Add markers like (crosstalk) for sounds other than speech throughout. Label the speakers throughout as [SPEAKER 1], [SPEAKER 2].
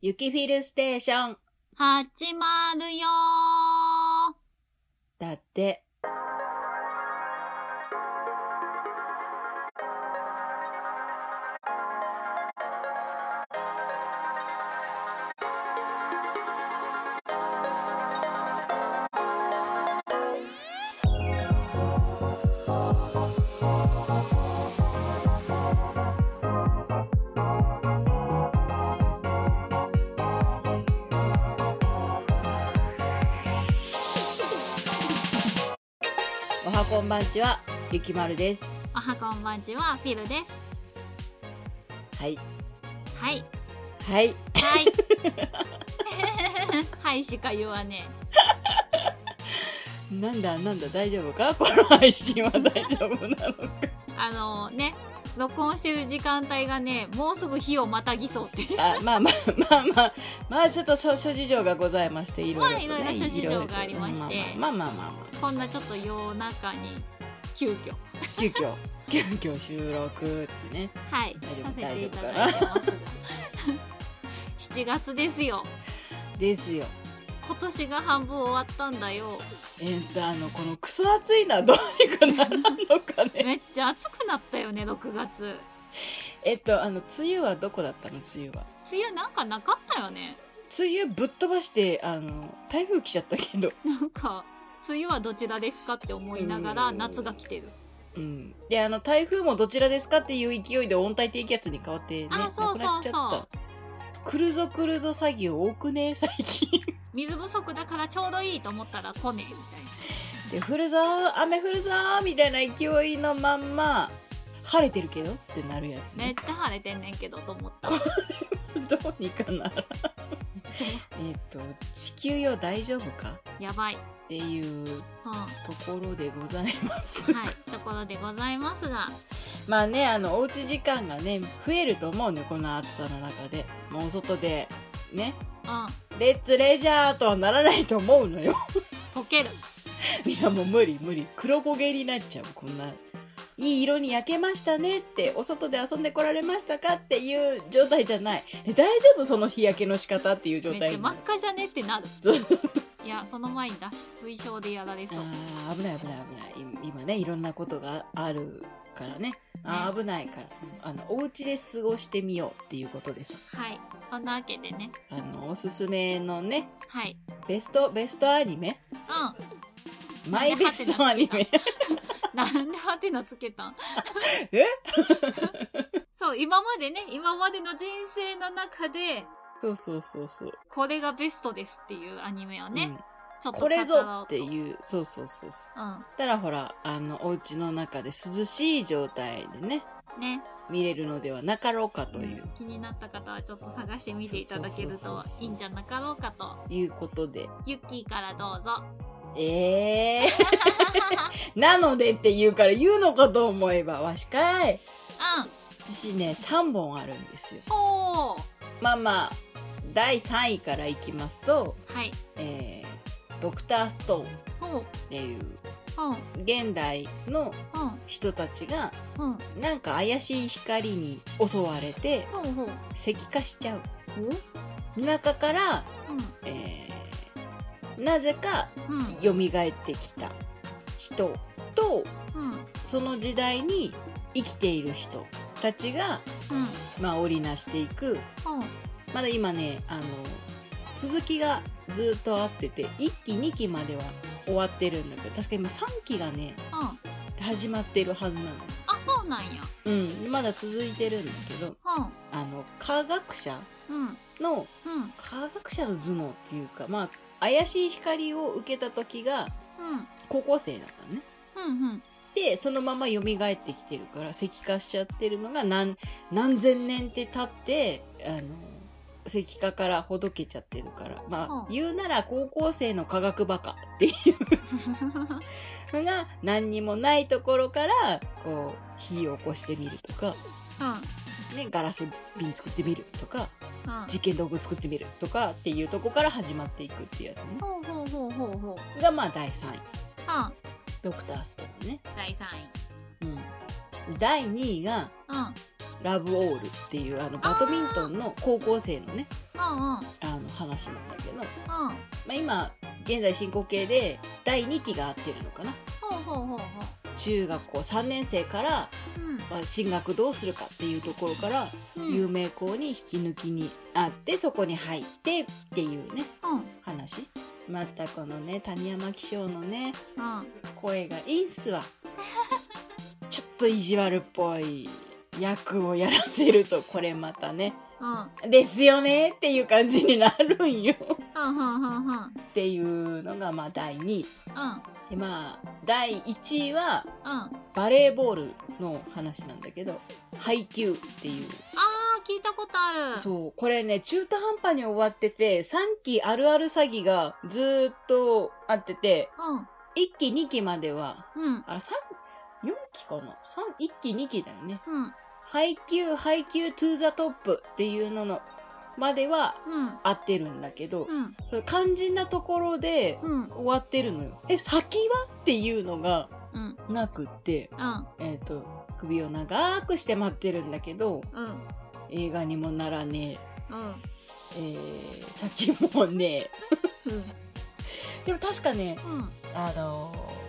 [SPEAKER 1] 雪フィルステーション。
[SPEAKER 2] 始まるよ
[SPEAKER 1] だって。おはこんばんちは、ゆきまるです。
[SPEAKER 2] ーおはこんばんちは、フィルです。
[SPEAKER 1] はい。
[SPEAKER 2] はい。
[SPEAKER 1] はい。
[SPEAKER 2] はい。 (laughs) はいしか言わね
[SPEAKER 1] なんだなんだ大丈夫か (laughs) この配信は大丈夫なのか。
[SPEAKER 2] え。あのね、録音してる時間帯がね、もうすぐ日をまたぎそうって。
[SPEAKER 1] あ、まあまあまあまあ、まあちょっと諸諸事情がございまして、いろいろと、ね。
[SPEAKER 2] まあいろいろ諸事情がありまして
[SPEAKER 1] まあまあまあまあまあまあ
[SPEAKER 2] こんなちょっと夜中に、急遽、
[SPEAKER 1] 急遽、 (laughs) 急遽収録ってね。
[SPEAKER 2] はい、
[SPEAKER 1] 大丈夫
[SPEAKER 2] させていただいてますが。7月ですよ。
[SPEAKER 1] ですよ。
[SPEAKER 2] 今年が半分終わったんだよ。
[SPEAKER 1] えー、とあのこのクソ暑いのはどうにかならんのかね (laughs)
[SPEAKER 2] めっちゃ暑くなったよね、6月。
[SPEAKER 1] えっとあの梅雨はどこだったの梅雨は
[SPEAKER 2] 梅雨なんかなかったよね。
[SPEAKER 1] 梅雨ぶっ飛ばしてあの台風来ちゃったけど
[SPEAKER 2] なんか梅雨はどちらですかって思いながら
[SPEAKER 1] うん
[SPEAKER 2] 夏が来てる、
[SPEAKER 1] うんであの台風もどちらですかっていう勢いで温帯低気圧に変わってね
[SPEAKER 2] あそうそ
[SPEAKER 1] な
[SPEAKER 2] うそう
[SPEAKER 1] くなっちゃった来るぞ来るぞ詐欺多くね最近
[SPEAKER 2] 水不足だからちょうどいいと思ったら来ねえみ
[SPEAKER 1] で降るぞー雨降るぞーみたいな勢いのまんま晴れてるけどってなるやつ
[SPEAKER 2] た
[SPEAKER 1] ね
[SPEAKER 2] いなめっちゃ晴れてんねんけどと思った
[SPEAKER 1] (laughs) どうにかならん (laughs) えっと地球よ大丈夫か
[SPEAKER 2] やばい、
[SPEAKER 1] っていう
[SPEAKER 2] うん、は
[SPEAKER 1] ところでございます。
[SPEAKER 2] いところでございますが
[SPEAKER 1] (laughs) まあね、あの、おうち時間がね、増えると思うね、この暑さの中で。もうお外で、ね、
[SPEAKER 2] うん
[SPEAKER 1] レッツレジャーとはならないと思うのよ。 (laughs)
[SPEAKER 2] 溶ける
[SPEAKER 1] いや、もう無理無理。黒焦げになっちゃう、こんな。いい色に焼けましたねって、お外で遊んでこられましたかっていう状態じゃない。え大丈夫その日焼けの仕方っていう状
[SPEAKER 2] めっ
[SPEAKER 1] 態
[SPEAKER 2] ちゃ
[SPEAKER 1] に
[SPEAKER 2] 真
[SPEAKER 1] な
[SPEAKER 2] っ
[SPEAKER 1] る。
[SPEAKER 2] 赤じゃねってなる
[SPEAKER 1] そう
[SPEAKER 2] いやその前に脱水症でやられそう
[SPEAKER 1] あー危ない危ない危ないい今ねいろんなことがあるからねあー危ないからあのお家で過ごしてみようっていうことです
[SPEAKER 2] はいそんなわけでね
[SPEAKER 1] あのおすすめのね
[SPEAKER 2] はい
[SPEAKER 1] ベストベストアニメ
[SPEAKER 2] うん (laughs)
[SPEAKER 1] マイベストアニメ
[SPEAKER 2] なんでハテナつけたん
[SPEAKER 1] え
[SPEAKER 2] (laughs) そう今までね今までの人生の中で
[SPEAKER 1] (laughs) そうそうそうそう、
[SPEAKER 2] これがベストですっていうアニメをね、
[SPEAKER 1] うん
[SPEAKER 2] ちょっと
[SPEAKER 1] これぞ
[SPEAKER 2] 語ろうと
[SPEAKER 1] っていうそうそうそうそう
[SPEAKER 2] う
[SPEAKER 1] たらほらあのお家の中で涼しい状態でね
[SPEAKER 2] んね
[SPEAKER 1] 見れるのではなかろうかという、
[SPEAKER 2] 気になった方はちょっと探してみていただける
[SPEAKER 1] そうそう
[SPEAKER 2] と
[SPEAKER 1] そうそう
[SPEAKER 2] いいんじゃなかろうかと
[SPEAKER 1] いうことで
[SPEAKER 2] ユッキーからどうぞ
[SPEAKER 1] ええー、 (laughs) なのでって言うから言うのかと思えばわしかい私ね3本あるんですよ
[SPEAKER 2] うんおー
[SPEAKER 1] まあまあ第3位からいきますと
[SPEAKER 2] はい
[SPEAKER 1] 「えー、ドクターストーン」っ
[SPEAKER 2] おう
[SPEAKER 1] ていう
[SPEAKER 2] うん
[SPEAKER 1] 現代の
[SPEAKER 2] う
[SPEAKER 1] 人たちが
[SPEAKER 2] んうん
[SPEAKER 1] なんか怪しい光に襲われて
[SPEAKER 2] ほうほう
[SPEAKER 1] 石化しちゃう中から、
[SPEAKER 2] う
[SPEAKER 1] えー、なぜか
[SPEAKER 2] んうん
[SPEAKER 1] 蘇ってきた人と
[SPEAKER 2] うん
[SPEAKER 1] その時代に生きている人たちが、
[SPEAKER 2] うん
[SPEAKER 1] まあ、織りなしていく
[SPEAKER 2] うん
[SPEAKER 1] まだ今ねあの続きがずっとあってて1期2期までは終わってるんだけど確か今3期がね
[SPEAKER 2] あ
[SPEAKER 1] 始まってるはずなの。
[SPEAKER 2] そうなんや
[SPEAKER 1] うん、まだ続いてるんだけどあの科学者
[SPEAKER 2] うんうん
[SPEAKER 1] の
[SPEAKER 2] うん
[SPEAKER 1] 科学者の頭脳っていうかまあ怪しい光を受けた時が
[SPEAKER 2] うん
[SPEAKER 1] 高校生だったのね。
[SPEAKER 2] うんうん
[SPEAKER 1] でそのまま蘇ってきてるから石化しちゃってるのが何何千年って経ってあの石化からほどけちゃってるからまあ、
[SPEAKER 2] うん
[SPEAKER 1] 言うなら高校生の科学バカっていうのが何にもないところからこう火を起こしてみるとか、ね、ガラス瓶作ってみるとか
[SPEAKER 2] うん
[SPEAKER 1] 実験道具作ってみるとかっていうとこから始まっていくっていうやつね
[SPEAKER 2] ほうほうほうほうほう
[SPEAKER 1] がまあ第3位
[SPEAKER 2] うん
[SPEAKER 1] ドクターストーンね、
[SPEAKER 2] 第三位
[SPEAKER 1] うん、第2位が
[SPEAKER 2] うん
[SPEAKER 1] ラブオールっていうあのバドミントンの高校生のね
[SPEAKER 2] うんうんうん
[SPEAKER 1] あの話なんだけど、まあ、今現在進行形で第2期が合ってるのかな
[SPEAKER 2] ほうほうほうほう
[SPEAKER 1] 中学校3年生から
[SPEAKER 2] うん
[SPEAKER 1] まあ進学どうするかっていうところから
[SPEAKER 2] うん
[SPEAKER 1] 有名校に引き抜きにあってそこに入ってっていうね
[SPEAKER 2] うんうん
[SPEAKER 1] 話またこのね谷山紀章のね
[SPEAKER 2] あ
[SPEAKER 1] 声がいいんすわ (laughs) ちょっと意地悪っぽい役をやらせるとこれまたね
[SPEAKER 2] うん
[SPEAKER 1] ですよねっていう感じになるんよ
[SPEAKER 2] うんうんうんうんうん
[SPEAKER 1] っていうのがまあ第2位でまあ第1位は
[SPEAKER 2] あ
[SPEAKER 1] バレーボールの話なんだけど配球っていう
[SPEAKER 2] ー聞いたことある
[SPEAKER 1] そうこれね中途半端に終わってて3期あるある詐欺がずーっとあってて1期2期までは
[SPEAKER 2] うんうん
[SPEAKER 1] あ、三4期かな三 ?1 期、2期だよね。
[SPEAKER 2] うん
[SPEAKER 1] 配給、配給トゥーザトップっていうのの、までは
[SPEAKER 2] うん
[SPEAKER 1] 合ってるんだけど、
[SPEAKER 2] うん
[SPEAKER 1] その肝心なところで
[SPEAKER 2] うん
[SPEAKER 1] 終わってるのよ。え、先はっていうのが
[SPEAKER 2] うん
[SPEAKER 1] なくって、
[SPEAKER 2] うん
[SPEAKER 1] えっ、と、首を長くして待ってるんだけど、
[SPEAKER 2] うん
[SPEAKER 1] 映画にもならね
[SPEAKER 2] うん
[SPEAKER 1] え、えー、先もねえ。でも確かね、
[SPEAKER 2] うん
[SPEAKER 1] あのー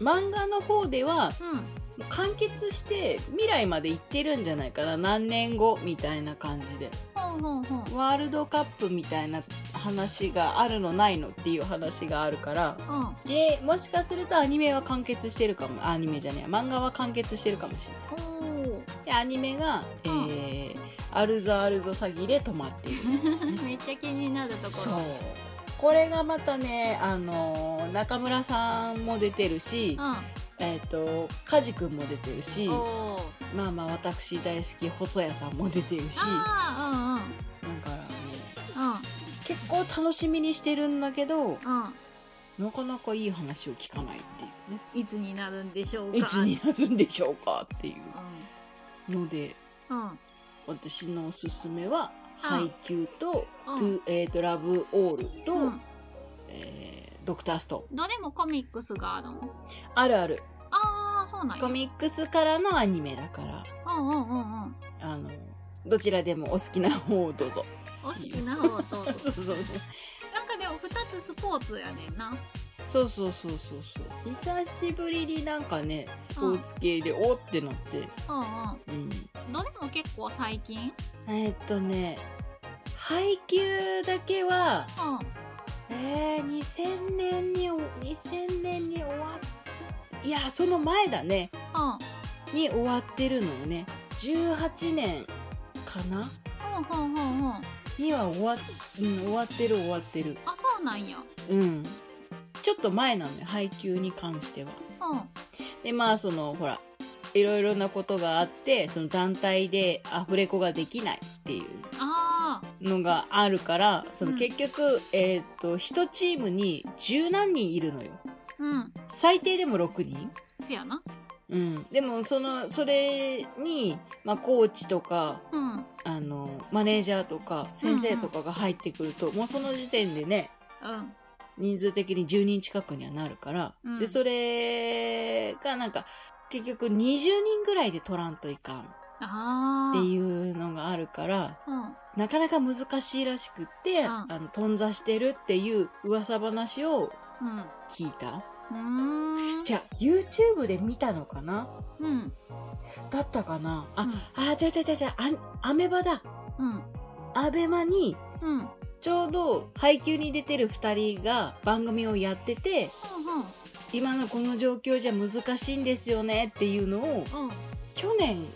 [SPEAKER 1] 漫画の方では、
[SPEAKER 2] うん
[SPEAKER 1] もう完結して未来まで行ってるんじゃないかな何年後みたいな感じで
[SPEAKER 2] ほうほうほう
[SPEAKER 1] ワールドカップみたいな話があるのないのっていう話があるから
[SPEAKER 2] うん
[SPEAKER 1] でもしかするとアニメは完結してるかもアニメじゃねえ漫画は完結してるかもしれない
[SPEAKER 2] おー
[SPEAKER 1] でアニメが、え
[SPEAKER 2] うん
[SPEAKER 1] ー、あるぞあるぞ詐欺で止まってる
[SPEAKER 2] めっちゃ気になるとこ
[SPEAKER 1] そう
[SPEAKER 2] ろ
[SPEAKER 1] これがまたね、あのー中村さんも出てるし、えっ、と、カジ君も出てるし、
[SPEAKER 2] うんおー
[SPEAKER 1] まあまあ私大好き細谷さんも出てるしだ
[SPEAKER 2] あー
[SPEAKER 1] からね
[SPEAKER 2] うんうん
[SPEAKER 1] 結構楽しみにしてるんだけど
[SPEAKER 2] うんうん
[SPEAKER 1] なかなかいい話を聞かないっていうね
[SPEAKER 2] いつになるんでしょう
[SPEAKER 1] (laughs)
[SPEAKER 2] か
[SPEAKER 1] いつになるんでしょうかっていうので
[SPEAKER 2] うんうん
[SPEAKER 1] 私のおすすめは「
[SPEAKER 2] うん
[SPEAKER 1] 配給」と「
[SPEAKER 2] う
[SPEAKER 1] ト
[SPEAKER 2] ん
[SPEAKER 1] ゥえーとラブ・オール」と
[SPEAKER 2] うん
[SPEAKER 1] 「えードクター・スト
[SPEAKER 2] どれもコミックスがあるの
[SPEAKER 1] ーン」あるある
[SPEAKER 2] ああそうなんや
[SPEAKER 1] コミックスからのアニメだから
[SPEAKER 2] うんうんうんうん
[SPEAKER 1] あのどちらでもお好きな方をどうぞ
[SPEAKER 2] お好きな方をどうぞ
[SPEAKER 1] (laughs) そうそうそう
[SPEAKER 2] なんかでも二つスポーツやねんな
[SPEAKER 1] そうそうそうそうそう久しぶりになんかねスポーツ系でおってなって
[SPEAKER 2] うんう
[SPEAKER 1] うん
[SPEAKER 2] んどれも結構最近
[SPEAKER 1] えーっとね配給だけは
[SPEAKER 2] うん
[SPEAKER 1] えー、2000年にお2000年に終わっいやその前だね
[SPEAKER 2] うん
[SPEAKER 1] に終わってるのよね18年かな
[SPEAKER 2] うんうんうんうん
[SPEAKER 1] には終わ,、うん、終わってる終わってる
[SPEAKER 2] あそうなんや
[SPEAKER 1] うんちょっと前なのよ配給に関しては
[SPEAKER 2] うん
[SPEAKER 1] でまあそのほらいろいろなことがあってその団体でアフレコができないっていう
[SPEAKER 2] ああ
[SPEAKER 1] のがあるからそ
[SPEAKER 2] うん
[SPEAKER 1] の結局、えっと1チームに十何人いるのよ
[SPEAKER 2] うん
[SPEAKER 1] 最低でも6人
[SPEAKER 2] せやな
[SPEAKER 1] うん、でもそのそれに、まあ、コーチとか
[SPEAKER 2] うんうん
[SPEAKER 1] あのマネージャーとか先生とかが入ってくると、もうその時点でね人数的に10人近くにはなるから、
[SPEAKER 2] うん
[SPEAKER 1] でそれがなんか結局20人ぐらいで取らんといかん
[SPEAKER 2] ああ
[SPEAKER 1] っていうのがあるから、
[SPEAKER 2] うん
[SPEAKER 1] なかなか難しいらしくって、
[SPEAKER 2] うん
[SPEAKER 1] あの、頓挫してるっていう噂話を
[SPEAKER 2] うん
[SPEAKER 1] 聞いた。
[SPEAKER 2] うーん
[SPEAKER 1] じゃあ、YouTube で見たのかな
[SPEAKER 2] うん
[SPEAKER 1] だったかなあ、
[SPEAKER 2] うん
[SPEAKER 1] あ、じゃあじゃあじゃあじゃあ、あアメバだ。
[SPEAKER 2] うん
[SPEAKER 1] アベマに、
[SPEAKER 2] うんうん
[SPEAKER 1] ちょうど配給に出てる二人が番組をやってて、
[SPEAKER 2] うん
[SPEAKER 1] 今のこの状況じゃ難しいんですよねっていうのを、
[SPEAKER 2] うん
[SPEAKER 1] 去年
[SPEAKER 2] うん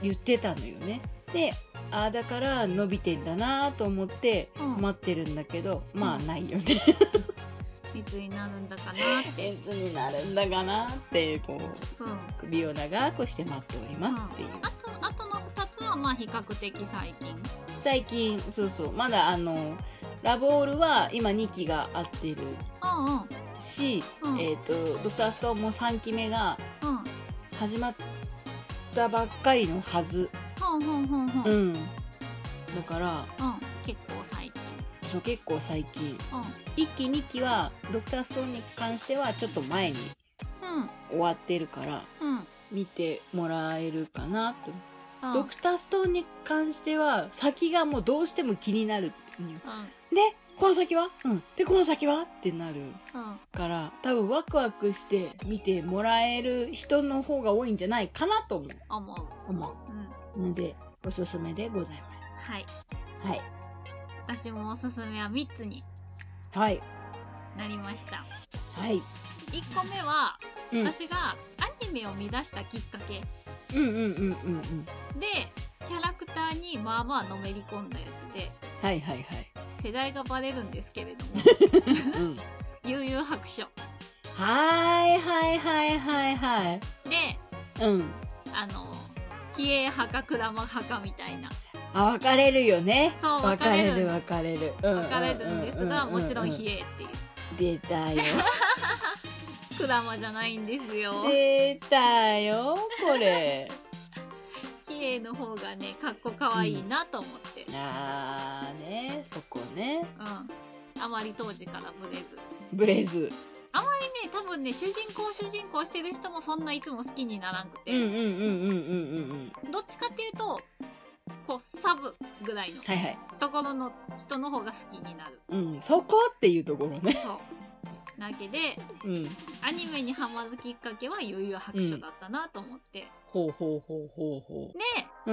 [SPEAKER 1] 言ってたのよね。で、ああ、だから伸びてんだなと思って、
[SPEAKER 2] うん
[SPEAKER 1] 待ってるんだけど、まあ
[SPEAKER 2] うん
[SPEAKER 1] ないよね。
[SPEAKER 2] いつになるんだかなって
[SPEAKER 1] いつになるんだかなって、こう、
[SPEAKER 2] うん
[SPEAKER 1] 首を長くして待っておりますっていう。
[SPEAKER 2] あとあとの2つはまあ比較的最近
[SPEAKER 1] 最近、そうそう、まだあの、ラボールは今2期が合ってる
[SPEAKER 2] うんうん
[SPEAKER 1] し、
[SPEAKER 2] うん
[SPEAKER 1] えっ、と、ドクターストーンも3期目が
[SPEAKER 2] うん
[SPEAKER 1] 始まったばっかりのはず。
[SPEAKER 2] ほんほんほんほん
[SPEAKER 1] う
[SPEAKER 2] う
[SPEAKER 1] ん。
[SPEAKER 2] ん
[SPEAKER 1] だから、
[SPEAKER 2] 結構最近
[SPEAKER 1] そう結構最近。
[SPEAKER 2] うん
[SPEAKER 1] 1期2期は、ドクターストーンに関してはちょっと前に終わってるから、
[SPEAKER 2] うんうん
[SPEAKER 1] 見てもらえるかなと。
[SPEAKER 2] うん
[SPEAKER 1] ドクターストーンに関しては、先がもうどうしても気になる。で、この先はうん。で、この先はってなる
[SPEAKER 2] うんうん
[SPEAKER 1] から、多分ワクワクして見てもらえる人の方が多いんじゃないかなと思う。
[SPEAKER 2] 思う
[SPEAKER 1] 思
[SPEAKER 2] うん
[SPEAKER 1] う。ので、おすすめでございま
[SPEAKER 2] はい
[SPEAKER 1] す。はい。
[SPEAKER 2] 私もおすすめは3つに
[SPEAKER 1] はい。
[SPEAKER 2] なりました
[SPEAKER 1] はい。
[SPEAKER 2] 1個目は、
[SPEAKER 1] うん
[SPEAKER 2] 私がアニメを見出したきっかけ
[SPEAKER 1] うんうんうんうんうん。
[SPEAKER 2] でキャラクターにまあまあのめり込んだやつで
[SPEAKER 1] はいはいはい。
[SPEAKER 2] 世代がバレるんですけれども (laughs)
[SPEAKER 1] うん。
[SPEAKER 2] 悠々白書
[SPEAKER 1] はいはいはいはいはい。
[SPEAKER 2] で
[SPEAKER 1] うん。
[SPEAKER 2] あの比叡派か鞍馬派かみたいな
[SPEAKER 1] あ、分かれるよね。
[SPEAKER 2] そう
[SPEAKER 1] 分
[SPEAKER 2] 分
[SPEAKER 1] か
[SPEAKER 2] か
[SPEAKER 1] れ
[SPEAKER 2] れ
[SPEAKER 1] る
[SPEAKER 2] る
[SPEAKER 1] 分かれる。
[SPEAKER 2] 分かれるんですが
[SPEAKER 1] う
[SPEAKER 2] もちろ
[SPEAKER 1] う
[SPEAKER 2] ん比叡っていう
[SPEAKER 1] 出たよ。
[SPEAKER 2] 鞍馬じゃないんですよ
[SPEAKER 1] 出たよ、こ (laughs) れ。
[SPEAKER 2] 比叡の方がねかっこかわいいなと思って
[SPEAKER 1] あーね、そこね。
[SPEAKER 2] うんあまり当時からブレず
[SPEAKER 1] ブレず。
[SPEAKER 2] でね多分ね主人公主人公してる人もそんないつも好きにならんくて、
[SPEAKER 1] うんうんうんうんうんうんうん。
[SPEAKER 2] どっちかっていうとこうサブぐらいの
[SPEAKER 1] はいはい。
[SPEAKER 2] ところの人の方が好きに
[SPEAKER 1] (laughs)
[SPEAKER 2] なる
[SPEAKER 1] うん、そこっていうところね。
[SPEAKER 2] そうなわけで
[SPEAKER 1] うん。
[SPEAKER 2] アニメにハマるきっかけは悠々白書だったなと思って、
[SPEAKER 1] ほうほうほうほうほ
[SPEAKER 2] で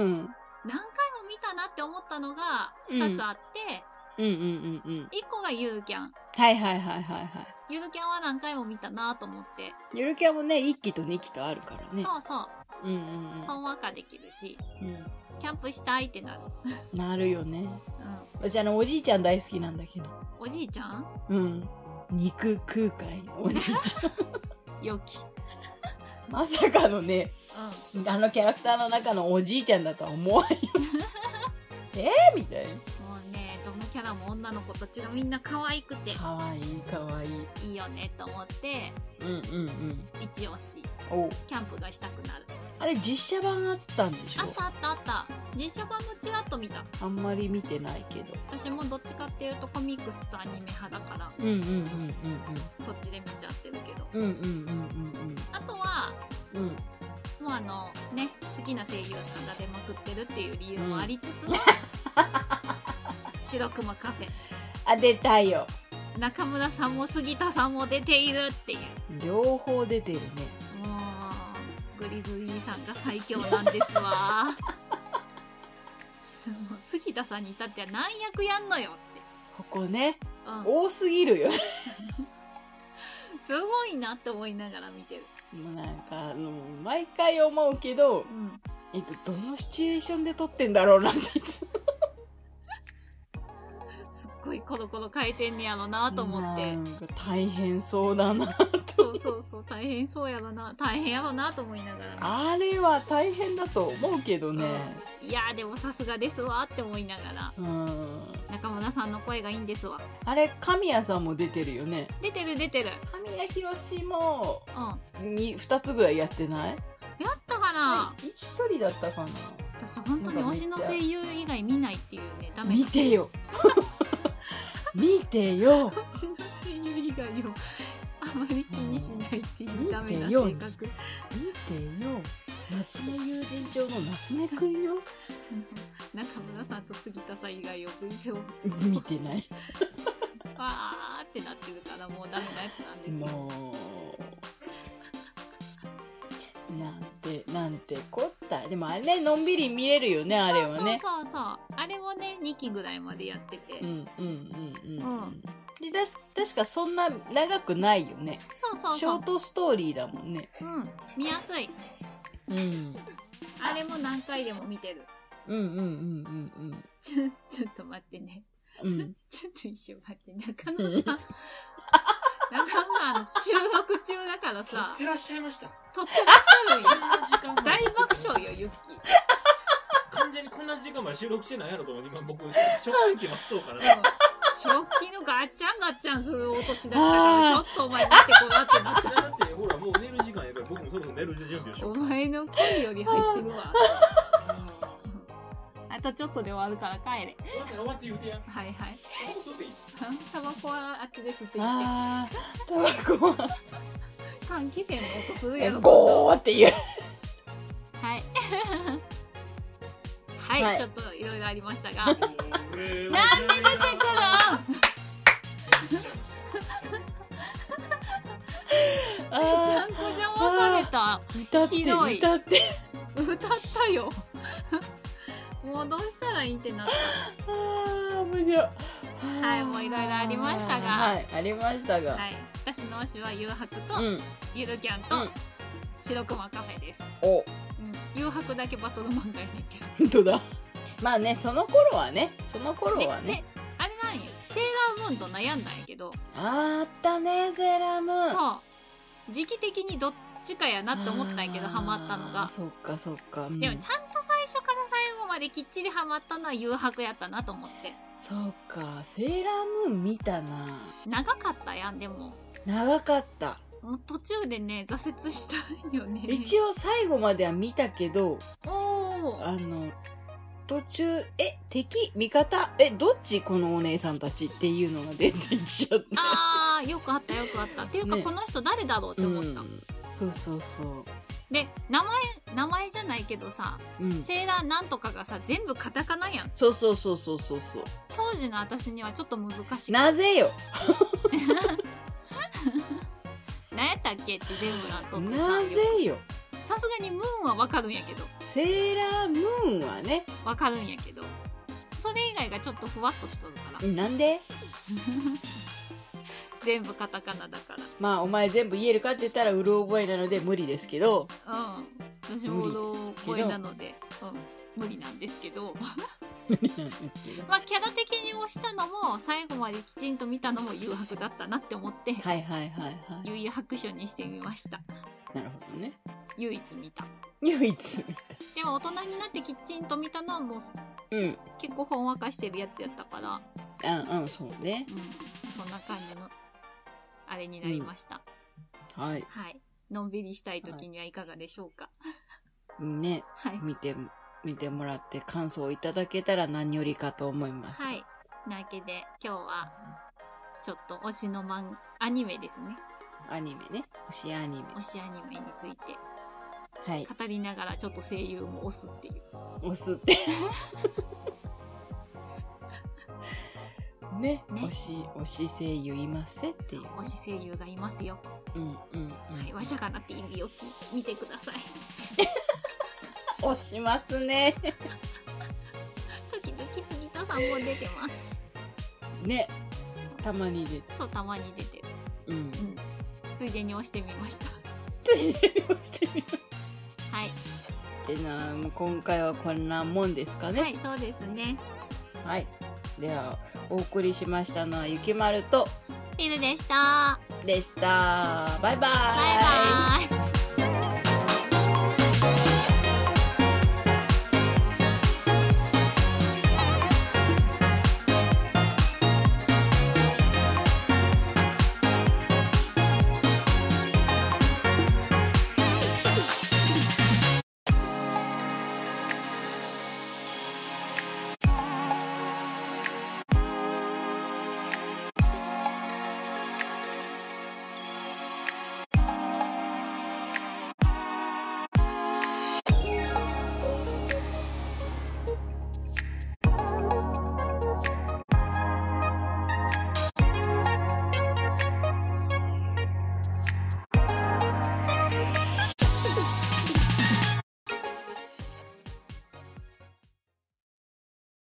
[SPEAKER 1] う。うん。
[SPEAKER 2] 何回も見たなって思ったのが
[SPEAKER 1] うん
[SPEAKER 2] 2つあって、
[SPEAKER 1] うんうんうんうん。
[SPEAKER 2] 1個がゆるキャン
[SPEAKER 1] はいはいはいはいは
[SPEAKER 2] ゆるキャンは何回も見たなと思って、
[SPEAKER 1] い。ゆるキャンもね、1期と2期とあるからね。
[SPEAKER 2] そうそう
[SPEAKER 1] う。うんうん
[SPEAKER 2] ほんわかできるし
[SPEAKER 1] うん。
[SPEAKER 2] キャンプしたいってなる、
[SPEAKER 1] うんなるよね。私あの、おじいちゃん大好きなんだけど。
[SPEAKER 2] うん、おじいちゃん
[SPEAKER 1] うん。肉空海のおじい (laughs) ちゃん。
[SPEAKER 2] 良き
[SPEAKER 1] まさかのね、
[SPEAKER 2] うん
[SPEAKER 1] あのキャラクターの中のおじいちゃんだとは思 (laughs) わんよ。えー、みたいな。
[SPEAKER 2] もうねどのキャラも女の子たちがみんな可愛くて
[SPEAKER 1] かわいいかわいい。
[SPEAKER 2] いいよねと思って
[SPEAKER 1] うんうんうん。
[SPEAKER 2] 一押し
[SPEAKER 1] お
[SPEAKER 2] キャンプがしたくなる
[SPEAKER 1] あれ実写版あったんでし
[SPEAKER 2] あ
[SPEAKER 1] ょ
[SPEAKER 2] ったあったあった実写版もちらっと見た
[SPEAKER 1] あんまり見てないけど。
[SPEAKER 2] 私もどっちかっていうとコミックスとアニメ派だから
[SPEAKER 1] うんうんうん
[SPEAKER 2] そっちで見ちゃってるけど
[SPEAKER 1] うんうん。うんうん
[SPEAKER 2] あとは
[SPEAKER 1] うんうんうん。
[SPEAKER 2] もうあのね好きな声優さんが出まくってるっていう理由もありつつの、白熊カフェ
[SPEAKER 1] あ、出たよ。
[SPEAKER 2] 中村さんも杉田さんも出ているっていう
[SPEAKER 1] 両方出てるね。
[SPEAKER 2] もうグリズリーさんが最強なんですわもう杉田さんに至っては何役やんのよって、
[SPEAKER 1] ここね、
[SPEAKER 2] う
[SPEAKER 1] 多すぎるよ。
[SPEAKER 2] ん、すごいなって思いながら見てる、
[SPEAKER 1] もうなんか、あの、毎回思うけど、
[SPEAKER 2] うん、
[SPEAKER 1] えっと、どのシチュエーションで撮ってんだろうなっていつも
[SPEAKER 2] すっごいコロコロ回転ねやろなと思って
[SPEAKER 1] なんか大変そうだな。
[SPEAKER 2] そうそうそう大変そうやろな大変やろなと思いながら見て
[SPEAKER 1] あれは大変だと思うけどね。
[SPEAKER 2] いやーでもさすがですわって思いながら
[SPEAKER 1] うん。
[SPEAKER 2] 中村さんの声がいいんですわ
[SPEAKER 1] あれ、神谷さんも出てるよね。
[SPEAKER 2] 出てる出てる
[SPEAKER 1] 神谷博士も
[SPEAKER 2] うんや
[SPEAKER 1] に2つぐらいやってない
[SPEAKER 2] ったかな、
[SPEAKER 1] 一人だったかな
[SPEAKER 2] 私本当に推しの声優以外見ないっていうねダメ
[SPEAKER 1] 見て
[SPEAKER 2] (laughs)
[SPEAKER 1] よ見てよ
[SPEAKER 2] 推しの声優以外をあまり気にしないっていうダメな
[SPEAKER 1] 見てよ
[SPEAKER 2] 性格
[SPEAKER 1] 見てよ夏目友人帳の夏目くんよ
[SPEAKER 2] 中村さんと杉田さん以外を全然
[SPEAKER 1] 見てない
[SPEAKER 2] わーってなってるからもうダメなやつなんですよ、
[SPEAKER 1] もうなんてなんてこったでもあれねのんびり見れるよねあれはね
[SPEAKER 2] そうそうそうそうあれもね2期ぐらいまでやってて、
[SPEAKER 1] うんうんうんうん、う、
[SPEAKER 2] うん
[SPEAKER 1] でだし確かそんな長くないよね
[SPEAKER 2] そうそう
[SPEAKER 1] シ
[SPEAKER 2] そ
[SPEAKER 1] ョ
[SPEAKER 2] う
[SPEAKER 1] ートストーリーだもんね
[SPEAKER 2] うん見やすい
[SPEAKER 1] うん
[SPEAKER 2] あれも何回でも見てる
[SPEAKER 1] うんうんうんうん
[SPEAKER 2] ちょ、ちょっと待ってね。
[SPEAKER 1] うんうん
[SPEAKER 2] ちょっと一瞬待って、 (laughs) 中野さん。中野さん、あの収録中だからさ、
[SPEAKER 3] 照らっしゃいました。
[SPEAKER 2] 撮ってらっしゃるんよ。
[SPEAKER 3] こんな時間まで
[SPEAKER 2] 大爆笑よ、ユッキー。
[SPEAKER 3] 完全にこんな時間まで収録してないやろと思って、今僕、食洗機待そうか (laughs) な。
[SPEAKER 2] 食器のガッチャンガッチャンする音しだしたから、ちょっとお前見てこなってなっ。
[SPEAKER 3] だって、ほら、もう寝る時間やから、僕もそろそろ寝る準備をしたよ
[SPEAKER 2] お
[SPEAKER 3] うかな。
[SPEAKER 2] 前の声より入ってるわ。あとちょっとで終わるから帰れ。
[SPEAKER 3] 終わって終わって言うてや。
[SPEAKER 2] はいはい。
[SPEAKER 3] もうちょっといい
[SPEAKER 2] タバコはあっちです (laughs) って言っ
[SPEAKER 1] あータバコは
[SPEAKER 2] て、換気扇の音するやろ。
[SPEAKER 1] ゴーっていう
[SPEAKER 2] はい。 (laughs) はい、
[SPEAKER 1] はい
[SPEAKER 2] ちょっといろいろありまし
[SPEAKER 1] (laughs)
[SPEAKER 2] たが
[SPEAKER 3] なんで出てく
[SPEAKER 2] ちゃ
[SPEAKER 1] あ
[SPEAKER 2] んこ邪魔された
[SPEAKER 1] ー歌って
[SPEAKER 2] ひどい
[SPEAKER 1] 歌って
[SPEAKER 2] 歌ったよ (laughs) もうどうしたらいいってなっ
[SPEAKER 1] あー面白い
[SPEAKER 2] はいもういろいろありましたが
[SPEAKER 1] はいありましたが、
[SPEAKER 2] た、はい、私の推しは誘白と、
[SPEAKER 1] うん
[SPEAKER 2] ゆるキャン
[SPEAKER 1] う
[SPEAKER 2] と
[SPEAKER 1] ん
[SPEAKER 2] 白熊カフェです、
[SPEAKER 1] お
[SPEAKER 2] 誘白だけバトル漫画やねんけど
[SPEAKER 1] 本当
[SPEAKER 2] (laughs)
[SPEAKER 1] だまあねその頃はねその頃
[SPEAKER 2] で
[SPEAKER 1] はね
[SPEAKER 2] せあれなんよセーラームーンと悩んだんやけど、
[SPEAKER 1] あーあったねセーラームーン
[SPEAKER 2] そう時期的にどっちかやなって思ったんやけど
[SPEAKER 1] あー
[SPEAKER 2] ハマったのが
[SPEAKER 1] そっかそっか、うん
[SPEAKER 2] でもちゃんと最初から最後まできっちりハマったのは誘白やったなと思って
[SPEAKER 1] そうかセーラームーン見たな
[SPEAKER 2] 長かったやんでも
[SPEAKER 1] 長かった
[SPEAKER 2] もう途中でね挫折したんよね
[SPEAKER 1] 一応最後までは見たけど
[SPEAKER 2] おー
[SPEAKER 1] あの途中え敵味方えどっちこのお姉さんたちっていうのが出てきちゃった
[SPEAKER 2] あーよくあったよくあったっていうか、
[SPEAKER 1] ね
[SPEAKER 2] この人誰だろうって思った、
[SPEAKER 1] うんそうそうそう
[SPEAKER 2] で名前名前じゃないけどさ
[SPEAKER 1] うん
[SPEAKER 2] セーラーなんとかがさ全部カタカナやん
[SPEAKER 1] そうそうそうそうそうそう
[SPEAKER 2] 当時の私にはちょっと難しい
[SPEAKER 1] なぜよ
[SPEAKER 2] 何やったっけって全部なっとってさ
[SPEAKER 1] なぜよ
[SPEAKER 2] さすがにムーンはわかるんやけど
[SPEAKER 1] セーラームーンはね
[SPEAKER 2] わかるんやけどそれ以外がちょっとふわっとしとるから
[SPEAKER 1] なんで
[SPEAKER 2] 全部カタカナだか
[SPEAKER 1] まあお前全部言えるかって言ったらうる覚えなので無理ですけど
[SPEAKER 2] らうん私もうろ覚えなので、うん、無理なんですけどまあキャラ的に推したのも最後まできちんと見たのも誘白だったなって思って
[SPEAKER 1] はいはいはいは
[SPEAKER 2] 悠々白書にしてみました
[SPEAKER 1] いなるほどね
[SPEAKER 2] 唯一見た
[SPEAKER 1] 唯一みたい
[SPEAKER 2] でも大人になってきちんと見たのはもう
[SPEAKER 1] うん
[SPEAKER 2] 結構ほんわかしてるやつやったから、
[SPEAKER 1] あうんそうね
[SPEAKER 2] うん、そんな感じのあれになりました、
[SPEAKER 1] はい
[SPEAKER 2] はいのんびりしたい時にはいかがでしょうか
[SPEAKER 1] ね
[SPEAKER 2] はい、
[SPEAKER 1] 見て見てもらって感想をいただけたら何よりかと思います
[SPEAKER 2] はい。なわけで、今日は、ちょっと推しの漫アニメですね。
[SPEAKER 1] アニメね推しアニメ
[SPEAKER 2] 推しアニメについて、
[SPEAKER 1] はい
[SPEAKER 2] 語りながらちょっと声優も推すっていう。
[SPEAKER 1] 押すって (laughs) ね
[SPEAKER 2] ね
[SPEAKER 1] 推し推し声優いますっていう
[SPEAKER 2] 推し声優がいますよ。
[SPEAKER 1] うんうん、うん
[SPEAKER 2] はい。わしゃがなって指をき見てください。 (laughs)
[SPEAKER 1] 押します (laughs) ね
[SPEAKER 2] 時々杉田さんも出てます。
[SPEAKER 1] ねたまにで
[SPEAKER 2] そう、たまに出て
[SPEAKER 1] (laughs) う
[SPEAKER 2] る。
[SPEAKER 1] ん
[SPEAKER 2] うん。ついでに押してみました。
[SPEAKER 1] ついでに押してみま
[SPEAKER 2] はい。
[SPEAKER 1] すってなもう今回はこんなもんですかね
[SPEAKER 2] はい、そうですね。
[SPEAKER 1] はい、ではお送りしましたのはゆきまると
[SPEAKER 2] フィルでした。
[SPEAKER 1] でしたバイバイ
[SPEAKER 2] バイバイ。